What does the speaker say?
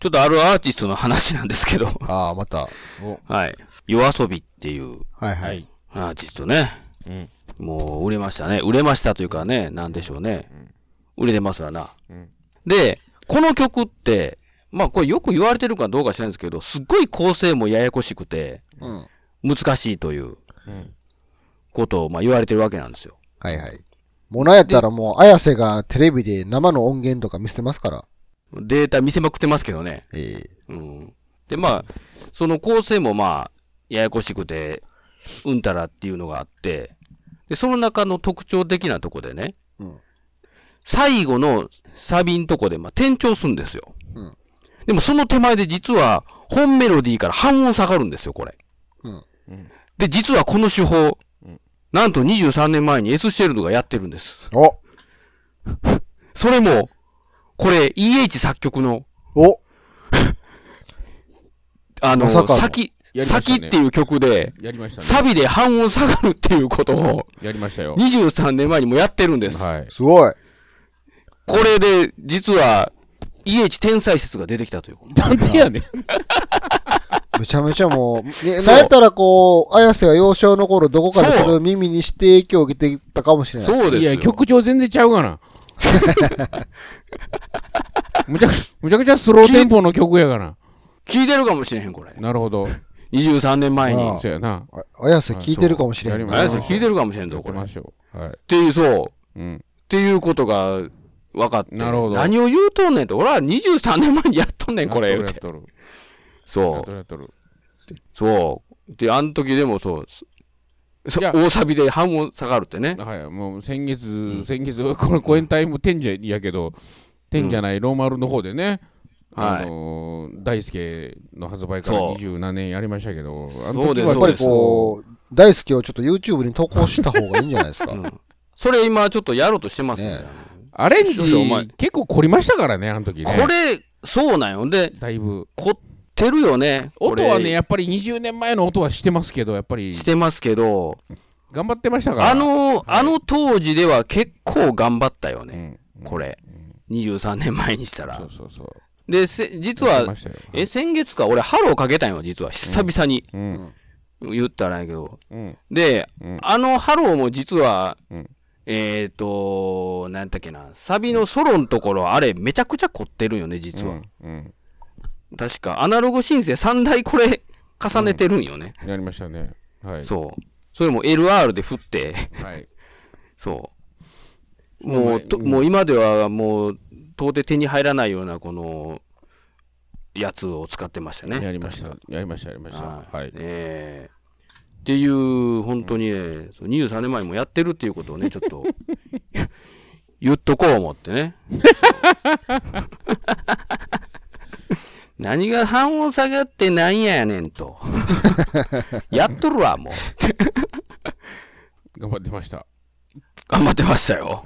ちょっとあるアーティストの話なんですけど、ああ、また。おはい。夜遊びっていうはいははいい。。アーティストね。うん。もう売れましたね。売れましたというかね、なんでしょうね。売れてますわな。うん。で、この曲って、まあこれよく言われてるかどうか知らないんですけど、すっごい構成もややこしくて、うん。難しいといううん。ことをまあ言われてるわけなんですよ。はいはい。もうなんやったらもう、綾瀬がテレビで生の音源とか見せてますから。データ見せまくってますけどね。ええうん。で、まあ、その構成もまあ、ややこしくて、うんたらっていうのがあって、で、その中の特徴的なとこでね、うん最後のサビんとこで、まあ、転調するんですよ。うんでもその手前で実は、本メロディーから半音下がるんですよ、これ。うんうんで、実はこの手法、うんなんと23年前に S シェルドがやってるんです。おそれも、これ EH 作曲の、おあの、まさかの先、やりました先ねっていう曲で、やりましたね。サビで半音下がるっていうことをやりましたよ。 23年前にもやってるんです。はい。すごい。これで実は EH 天才説が出てきたという。 なんでやねん。めちゃめちゃもう、ね、そうなんやったらこう、綾瀬が幼少の頃どこかでそれを耳にして影響を受けてたかもしれない。そうですいよ。や、曲調全然ちゃう がな。むちゃくむちゃくちゃスローテンポの曲やがな。聞いてるかもしれへん、これ。なるほど。 23年前に。あああそうやな。あ綾瀬聞いてるかもしれあなそ。いうやさん聞いてるかもしれんやぞ、っこてれ。っましょう。はい。ていう、そう。うん。っていうことが分かって。なるほど何を言うとんねんって。俺は23年前にやっとんねん、これ。や言っうてとるやそっとう。るやっとるやっとる。そう。で、あの時でもそう。そそいや大サビで半音下がるってね。はい、もう先月、先月、この公演タイム天じゃやけど、天じゃない、ローマルの方でね、うんあのー大輔の発売からそう二十何年やりましたけど、あそうの時ですはやっぱりそこう、大好きをちょっと YouTube に投稿した方がいいんじゃない ですか。うんそれ今ちょっとやろうとしてますねね。アレンジそうそうお前結構凝りましたからね、あの時ね。これ、そうなんよ。で、だいぶ。凝ってるよね。こ音れはね、やっぱり20年前の音はしてますけど、やっぱりしてますけど、頑張ってましたから。あの、あの当時では結構頑張ったようね。ん、これ。23年前にしたそらう。そうそう。で、せ実やってはま、したよえ、先月か、俺、ハローかけたんよ、実は。久々に。うん、言ったらやけど。うん、で、うん。あのハローも実はうん、えっと、なんだっけな、サビのソロのところ、あれ、めちゃくちゃ凝ってるよね、実は。うん、うん確か、アナログシンセ3台これ、重ねてるんよね。やりましたね。はい。そう。それも LR で振って、 はい。そう。もう、とうんもう今ではもう、到底手に入らないような、この、やつを使ってましたね。やりました確か。やりました、やりました。はねい。えっていう、本当にね、そう23年前もやってるっていうことをね、ちょっ と、言っとこう思ってね。何が半音下がってなんややねん と。やっとるわ、もう。頑張ってました。頑張ってましたよ。